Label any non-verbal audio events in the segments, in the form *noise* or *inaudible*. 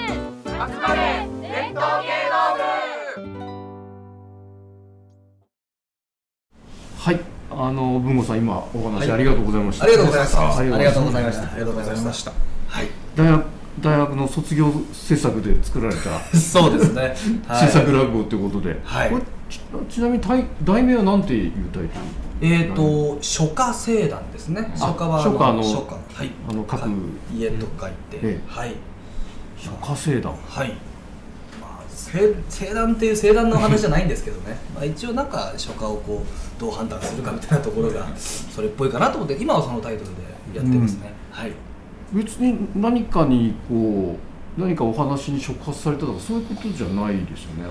集まれ伝統芸能部はい、あの文吾さん、今お話ありがとうございました。ありがとうございました。あありりががととううごござざいまいましした。ありがとうございました。大学大学の卒業制作で作られ *laughs* たそうですね。はい新作落語ということで、はいこれちちなみに題題名はなんていうタイトル？えっと、初夏聖談ですね。初夏は初夏の初夏はい。あの各か家と書いえてえ、はい初夏聖談。はい。まあ、聖聖談っていう聖談の話じゃないんですけどね。 *laughs* まあ一応なんか初夏をこうどう判断するかみたいなところがそれっぽいかなと思って、今はそのタイトルでやってますね。はい。別に何かにこう何かお話に触発されたとかそういうことじゃないですよね。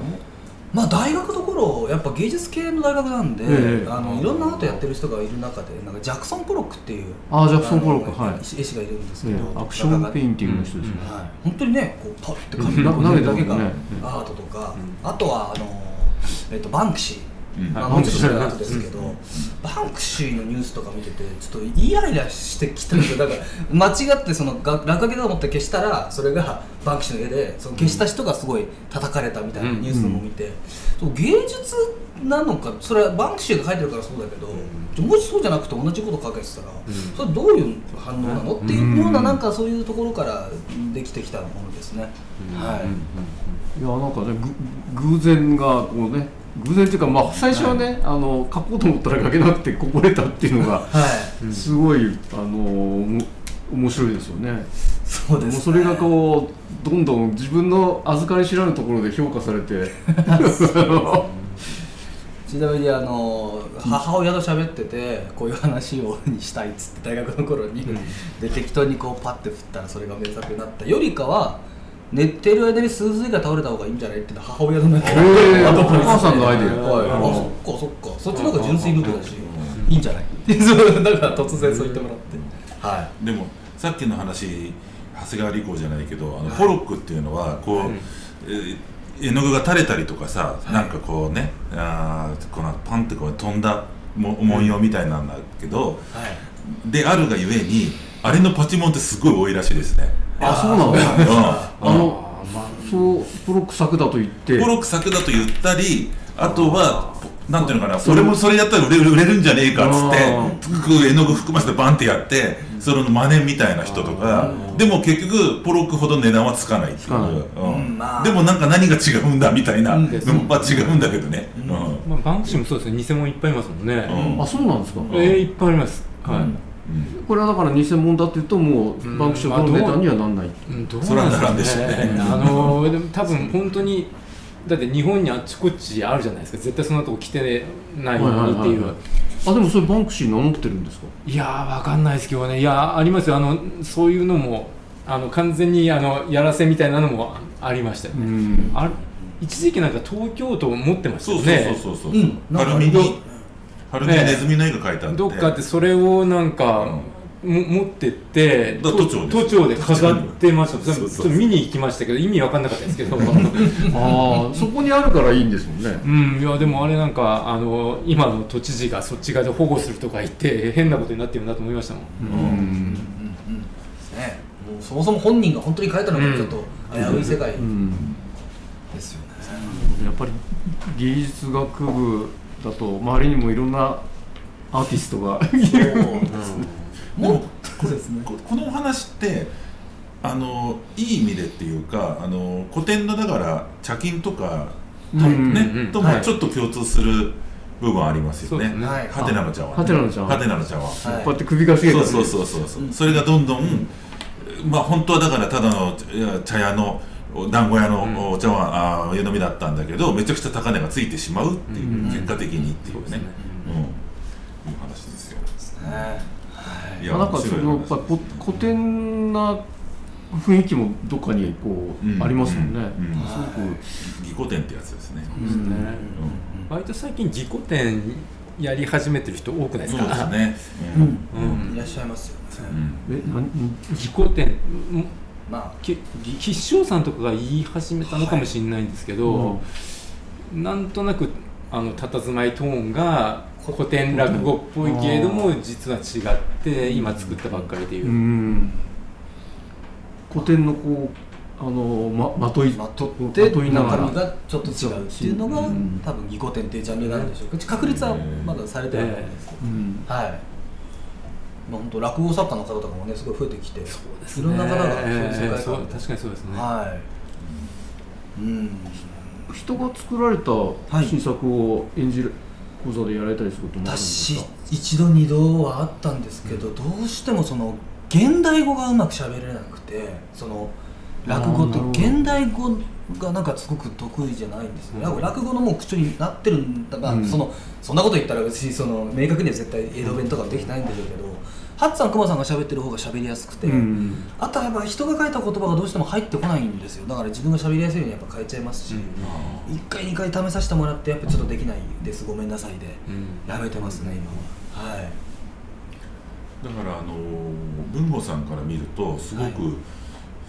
まあ大学の頃やっぱ芸術系の大学なんで、ええあのいろんなアートやってる人がいる中でなんかジャクソン・ポロックっていうあジャクソンポロックあのはい絵師がいるんですけえど、えアクションペインティングの人ですね。はい、本当にねこうパッてう髪んの毛だけが投げてますねアートとか、うあとはあの、えっと、バンクシー。うんまあ、はいもうちょっとの後ですけど、バンクシーのニュースとか見ててちょっとイライラしてきたん *laughs* ですよだから間違ってそのが落書きだと思って消したらそれがバンクシーの絵でその消した人がすごい叩かれたみたいなニュースも見て、そう芸術なのかそれはバンクシーが描いてるからそうだけど、もしそうじゃなくて同じこと描けてたら、それどういう反応なのっていうようななんかそういうところからできてきたものですね。はい、いやなんかねぐ偶然がこうね偶然っていうかまあ最初はね、あの書こうと思ったら書けなくてこぼれたっていうのがはいすごい、あのも面白いですよね。そもうでうす、ね、それがこうどんどん自分の預かり知らぬところで評価され *laughs* てちなみにあの母親と喋っててこういう話をにしたいっつって大学の頃に、で適当にこうパッて振ったらそれが名作になったよりかは寝てる間に数字が倒れた方がいいんじゃないっていう母親の中で、へえアドバイスでお母さんのアイデアはいうんあそっかそっかそっちの方が純粋ルートだしいいんじゃない *laughs* ってそうだから突然そう言ってもらって、はいでもさっきの話長谷川理子じゃないけどあのポロックっていうのはこう、えー絵の具が垂れたりとかさ、なんかこうねあーこのパンってこう飛んだも文様みたいなんだけど、はいであるがゆえにあれのパチモンってすごい多いらしいです *laughs* ね。あそうなんだうあんのそうプロック作だと言ってポロック作だと言ったりあとはなんていうのかな俺もそれやったら売れ売れるんじゃねえかっつってつく絵の具含ませてバンってやってそれの真似みたいな人とかでも結局ポロックほど値段はつかないっていう、かないうんまあでもなんか何が違うんだみたいな、うんまあ違うんだけどね、うんまあ、バンクシーもそうですね偽物いっぱいいますもんね、うんあそうなんですか、えーいっぱいありますはい、うんこれはだから偽物だって言うともうバンクシーのどのネタにはなんないどうそれはな並んんででししょうょうねね *laughs* あのーでも多分本当にだって日本にあっちこっちあるじゃないですか絶対そんなとこ来てないのにっていう、いはいはいはいはいあでもそれバンクシー名乗ってるんですかやーわかんないですけどねいやーありますよあのそういうのもあの完全にあのやらせみたいなのもありましたよね、んあ一時期なんか東京都持ってましたそうよそうねそうそうそう、うんなんか春見に春見にねネズミの絵が描いてあってどっかでそれをなんか、も持ってってだから都庁です都庁で飾ってましたそうそうそうちょっと見に行きましたけど意味わかんなかったですけどああそこにあるからいいんですもんねうんいやでもあれなんかあの今の都知事がそっち側で保護するとか言って変なことになってるなと思いましたもんうんね、もうそもそも本人が本当に書いたのうがんちょっと危うい世界うんですよね、やっぱり芸術学部だと周りにもいろんなアーティストが *laughs* そうですね。もっとですね。ここのお話ってあのいい意味でっていうかあの古典のだから茶金とか、うんね、うんうんとはもいちょっと共通する部分ありますよそうですね。ねはいハテナの茶碗ハテナの茶碗ハテナの茶碗はいこうやって首がしげてそうるそうそうそうそう、うんそれがどんどん、まあ本当はだからただのいや茶屋のお団子屋のお茶碗、あー湯飲みだったんだけどめちゃくちゃ高値がついてしまうっていう、うん結果的にっていうね、ううんいう話ですよ。はいまあなんかそのやっぱこ古典な雰囲気もどっかにこう、うんありますもんね、うんすごく、技巧点ってやつですね。うん割と最近自己展やり始めてる人多くないですそうかですね。ううんん。うんいらっしゃいますよね。うんえ何自己展うんまき吉祥さんとかが言い始めたのかもしれないんですけど、うんなんとなくあの佇まいトーンが古典落語っぽいけれども実は違って今作ったばっかりでいうう、ん古典のこうあのままといまとっまてといなが中身らがちょっと違うっていうのが、うん多分「ぎこ点」っていうジャンルなんでしょうけど確率はまだされてないので、えうんはい、まあ、本当落語作家の方とかもねすごい増えてきてそうですいろんな方がそういう世界ええ観そうで確かにそうですね、はいうん人が作られたはい新作を演じる講座でやられたりすることもあるんです私か、一度二度はあったんですけど、どうしてもその現代語がうまく喋れなくてその落語あとーなるほど現代語がなんかすごく得意じゃないんですよ、うん落語のもう口調になってるんだが、うんそのそんなこと言ったら別にその明確には絶対江戸弁とかはできないんだけど、ハッツさんクマさんが喋ってる方が喋りやすくて、うんあとはやっぱ人が書いた言葉がどうしても入ってこないんですよだから自分が喋りやすいようにやっぱ変えちゃいますし、1回2回試させてもらってやっぱちょっとできないですごめんなさいでうんやめてますね今ははいだからあの文豪さんから見るとすごく、は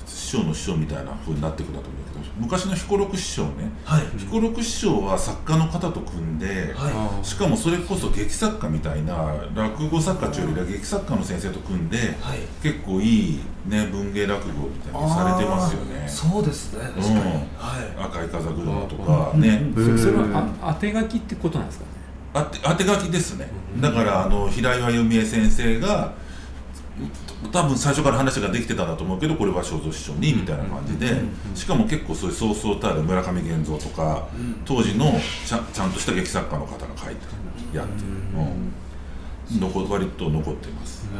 師匠の師匠みたいな風になってくるんだと思うんだけど昔の彦六師匠ねはい彦六師匠は作家の方と組んで、はああしかもそれこそ劇作家みたいな落語作家というよりは劇作家の先生と組んで、いはい結構いい、ね、文芸落語みたいなのされてますよねあーそうですね確かに、うんは赤い風車とかね、うんそそれうんはあ当て書きってことなんですかねあて当て書きですね、だからあの平岩由美恵先生が多分最初から話ができてたんだと思うけどこれは正蔵師匠にみたいな感じで、しかも結構そういうそうそうたる村上源三とか、当時のちゃんちゃんとした劇作家の方が書いてやってる、うん残割と残ってます、うい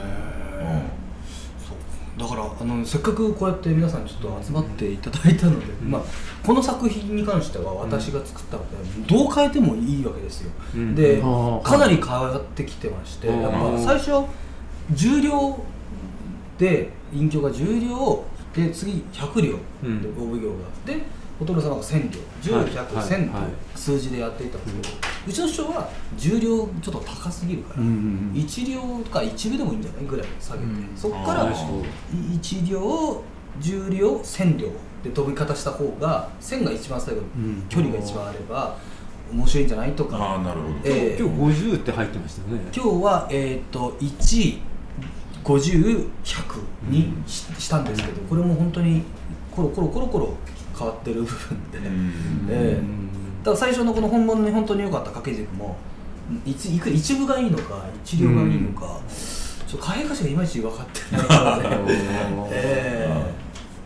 だからあのせっかくこうやって皆さんちょっと集まっていただいたので、まあ、この作品に関しては私が作ったので、どう変えてもいいわけですよ、うんであーかなり変わってきてましてうんやっぱ最初重量で印鏡が重量で次100両うんで大奉行がで乙女様が1000両は1い0 1 0はいはい0 0と数字でやっていたんですけど、うちの師匠は重量ちょっと高すぎるから、うんうんうん1両とか1部でもいいんじゃないぐらい下げて、うんそこからあー1両10両1000両で飛び方した方が1000が一番最後ん距離が一番あれば面白いんじゃないとん、あかあなるほど、ええ今日50って入ってましたよね今日はえっ、と1 50、100にし,、たんですけどこれも本当にコロコロコロコロ変わってる部分で、うんええうんただ最初のこの本物に本当に良かった掛け軸もいついく一部がいいのか一両がいいのか、ちょっと貨幣価値がいまいち分かって *laughs* ないのでえ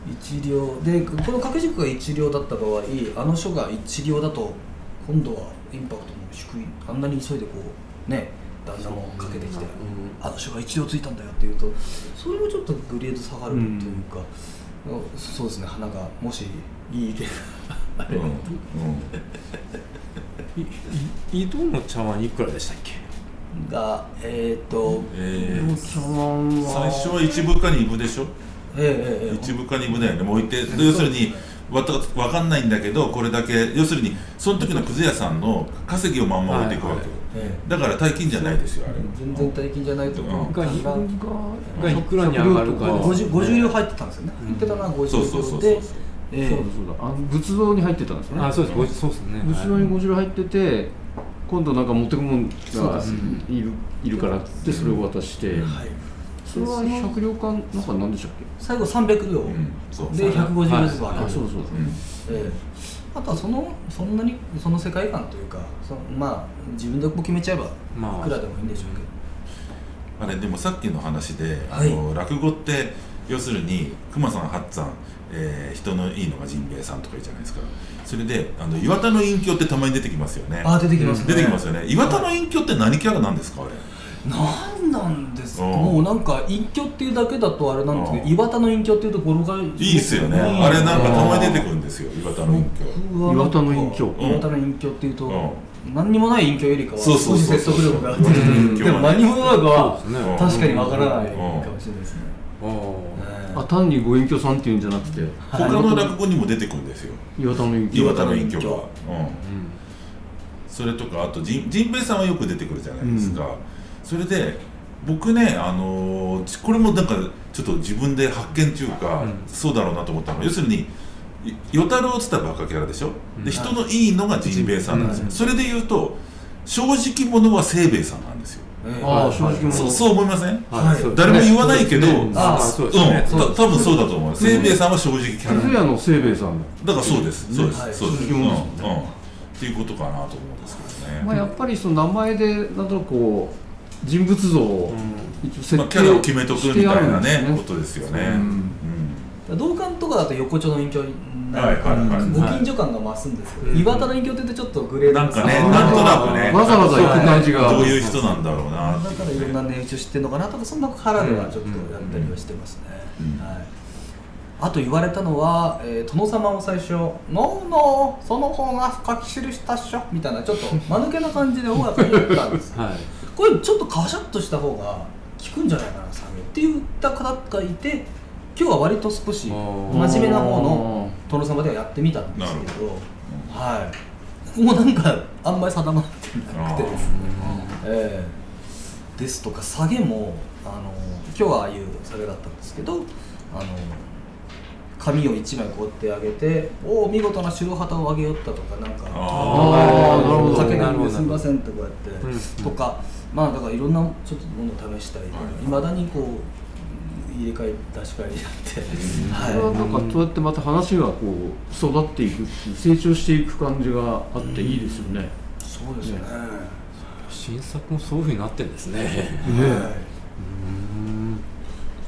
え一両でこの掛け軸が一両だった場合あの書が一両だと今度はインパクトも低いあんなに急いでこうね旦那もかけてきて、あの書が一両ついたんだよっていうとそれもちょっとグレード下がるというか、そうですね花がもしいいでうんうんい井戸の茶碗いくらでしたっけがえっ、と、えおえ茶碗最は初は一部か二部でしょええええ一部か二部だよねもう置いて要するにわたわかんないんだけどこれだけ要するにその時のくず屋さんの稼ぎをまんま置いていくわけよ、えだから大金じゃないですよあれえ全然大金じゃないと思うが50がががいくらに上がるかですね50 50両入ってたんですよね入ってたのはそうそう50そ両うそうでえそうだえそうだあの仏像に入ってたんですよねあそうですごそうですね仏像に50両入ってて今度なんか持ってくもんそうでがすいるいるからってそれを渡してはいそれは100両かなんか何でしたっけ最後300両、うんそうでそう150両ずつ分かあれてそうそうそううんええあとはそのそんなにその世界観というかそのまあ自分でこう決めちゃえばまあいくらでもいいんでしょうけど、あれでもさっきの話で、はいあの落語って要するに熊さん八さん、えー人のいいのが甚兵衛さんとかいいじゃないですかそれであの岩田の隠居ってたまに出てきますよねああ出てきますね、出てきますよね岩田の隠居って何キャラなんですかあれなんなんですかうんもうなんか隠居っていうだけだとあれなんですけどうん岩田の隠居っていうと語呂がいいいっすよね、あれなんかたまに出てくるんですよ岩田の隠居僕はなんか岩田の隠居うん岩田の隠居っていうと、う何にもない隠居よりかはそうそ少うしそう説そう得力があってうんでも何もないかはそうですね確かにわからないうんかもしれないですね、あああ単にご隠居さんっていうんじゃなくて他の落語にも出てくるんですよ岩田の隠居岩田の隠居が、うんそれとかあとじん陣兵衛さんはよく出てくるじゃないですか、それで僕ね、あのーちこれもなんかちょっと自分で発見というか、うんそうだろうなと思ったのが要するにい与太郎っつったらバカキャラでしょ、で人のいいのが陣兵衛さんなんですよ、それで言うと正直者は清兵衛さんなんですよ、うああ正直もそうそう思いませんはいそうです誰ねも言わないけど、そうですねああうんそううん、ですねた多分そうだと思う。せいべいさんは正直キャうラ。古谷のせいべいさんだだからそうです、そうです、はいそうです、、、そううんいううんもっんですていうことかなと思うんですけどね。まあやっぱりその名前でなんとなくこう人物像を一応設定してあるんですね、まあ、キャラを決めとくみたいなね、ことですよね。ううんん道館とかだと横丁の隠居になるからはいはいはいご近所感が増すんですけど、はい岩田の隠居って言うとちょっとグレードが下がるなんかねなんとなくねわざわざ行く感じがどういう人なんだろうなってだからいろんな値打ちを知ってるのかなとかそんな腹ではちょっとやったりはしてますね、うんはい、あと言われたのは、えー殿様も最初「ノーノーその方が書き記したっしょ」みたいなちょっと間抜けな感じで大家さん言ったんですはいこれちょっとカシャッとした方が効くんじゃないかなサミって言った方がいて今日は割と少し真面目な方の殿様ではやってみたんですけどはいもうなんかあんまり定まってなくてですねええですとか下げもあの今日はああいう下げだったんですけどあの紙を一枚こうやってあげて「おお見事な白旗をあげよった」とかなんかあーなるほどかけないんですみません」とかやって、うんとかまあだからいろんなちょっとものを試したりいまだにこう入れ替え出し替えやって、それははいなんかそうやってまた話がこう育っていく成長していく感じがあっていいですよね。ねそうですね、新作もそういうふうになってるんですねはい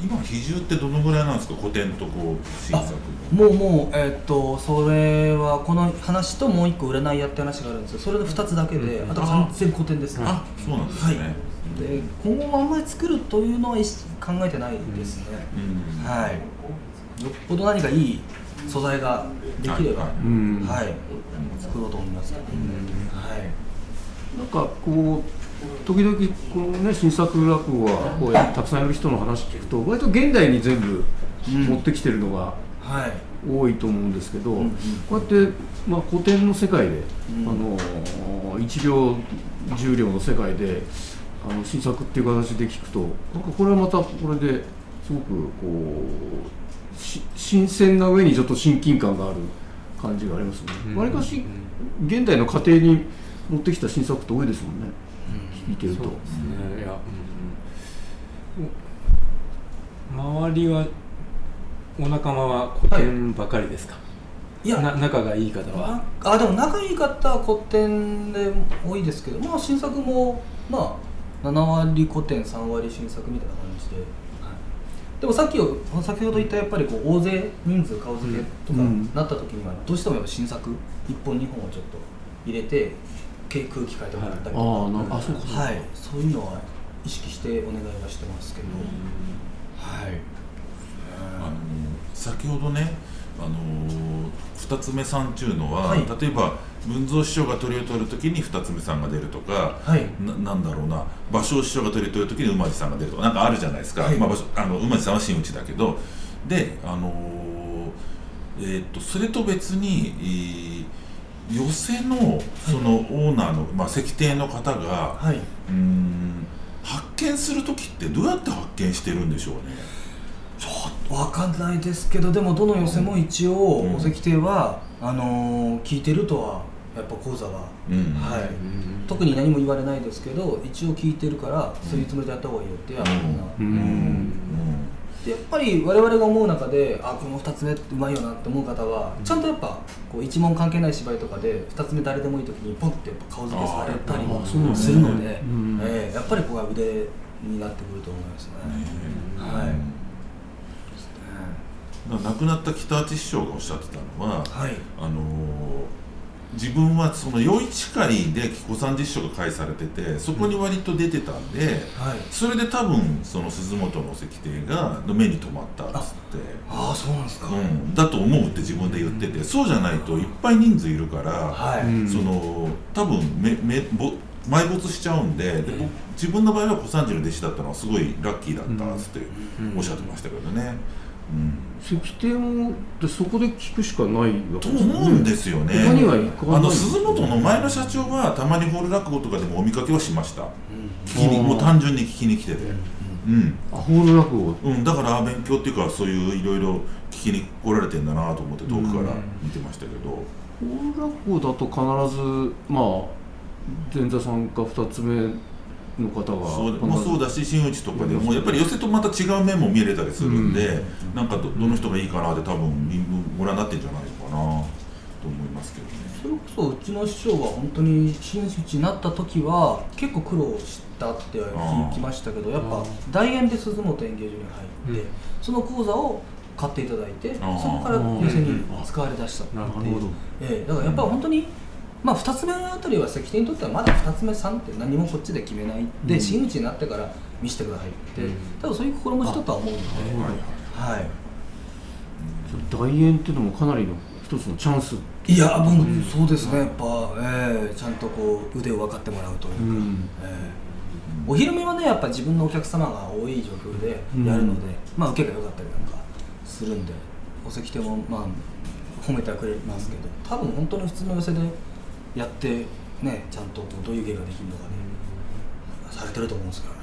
今比重ってどのぐらいなんですか、古典とこう新作の。もうもうえーっとそれはこの話ともう一個占いやって話があるんですよそれの2つだけで、うんあと完全古典ですねあ、そうなんですね。はいで今後はあんまり作るというのは意識考えてないですね、うん、はいよっぽど何かいい素材ができればははいい、うん作ろうと思いますけど、はいなんかこう時々このね新作落語はこうやたくさんやる人の話聞くと割と現代に全部うん持ってきてるのがはい多いと思うんですけど、んうんこうやって、まあ、古典の世界で、うんあの1両10両の世界であの新作っていう形で聞くとなんかこれはまたこれですごくこうし新鮮な上にちょっと親近感がある感じがありますね。うんわりかし現代の家庭に持ってきた新作って多いですもんね聞いてると。ねいや、うんうん、周りはお仲間は古典ばかりですか、いやな仲がいい方はああでも仲いい方は古典で多いですけどまあ新作もまあ7割古典3割新作みたいな感じで、はい、でもさっきを先ほど言ったやっぱりこう大勢人数顔付けとかうんなった時にはどうしてもやっぱ新作1本2本をちょっと入れてけ空気変えてもらったりとか、ああなんあそうかそうかはい、そういうのは意識してお願いはしてますけど、はいあの先ほどね、あの二つ目さんちゅうのは、はい例えば文蔵師匠が鳥を取るときに二つ目さんが出るとか、はいななんだろうな芭蕉師匠が鳥を取るときに馬路さんが出るとかなんかあるじゃないですか、はいまあ、馬あの馬路さんは真打ちだけどで、あのえーっとそれと別に、えー寄席のそのオーナーの、まあ、石庭の方が、はい、うーん発見するときってどうやって発見してるんでしょうね。ちょっとわかんないですけどでもどの寄せも一応うんお石亭は、あのー聞いてるとはやっぱ講座は、うんはい、ん特に何も言われないですけど一応聞いてるからそういうつもりでやった方がいいよってやるな、うんでやっぱり我々が思う中であこの2つ目うまいよなって思う方はちゃんとやっぱこう一問関係ない芝居とかで2つ目誰でもいい時にポンってやっぱ顔付けされたりあーもそうなんだするので、うんええやっぱりここは腕になってくると思いますね、はい、だから亡くなった北八師匠がおっしゃってたのは、はいあのー自分はその夜市会で紀子三十師匠が会されててそこに割と出てたんで、はいそれで多分その鈴本の石庭がの目に留まったっつって、ああそうなんですか、うん、だと思うって自分で言ってて、そうじゃないといっぱい人数いるから、はい、うんその多分めめぼ埋没しちゃうんでで、僕自分の場合は小三治の弟子だったのはすごいラッキーだったっつっておっしゃってましたけどね。うん石庭もでそこで聞くしかないわとけ思うんですよね。他にはいかないあの鈴本の前の社長はたまにホール落語とかでもお見かけはしました。聞きにあーもう単純に聞きに来てて、うん、アホール落語うん、だから勉強っていうかそういういろいろ聞きに来られてんだなと思って遠くから見てましたけど、ホール落語だと必ずまあ前座さんか2つ目の方がそうもうそうだし真打ちとかでもやっぱり寄せとまた違う面も見れたりするんで、なんかどどの人がいいかなって多分みご覧になってんじゃないのかなと思いますけどねそれこそうちの師匠は本当に真打ちになった時は結構苦労したって聞きましたけどやっあぱー大円で鈴本演芸場に入って、うんその講座を買っていただいてそあーこから寄せに使われだしたっていうなるほなるほどええだからやっぱり本当に、まあ、2つ目あたりは関手にとってはまだ2つ目3って何もこっちで決めないで、うん真打ちになってから見せてくださいって、うん多分そういう心持ちだとは思うので、はいはいはい大円っていうのもかなりの一つのチャンスいやもうそうですねやっぱ、ええちゃんとこう腕を分かってもらうというか、うんええお昼目はねやっぱ自分のお客様が多い状況でやるので、うんまあ受けが良かったりなんかするんでお席手もまあ褒めてはくれますけど多分本当に普通の寄せでやってねちゃんとこうどういう芸ができるのかねされてると思うんですけどね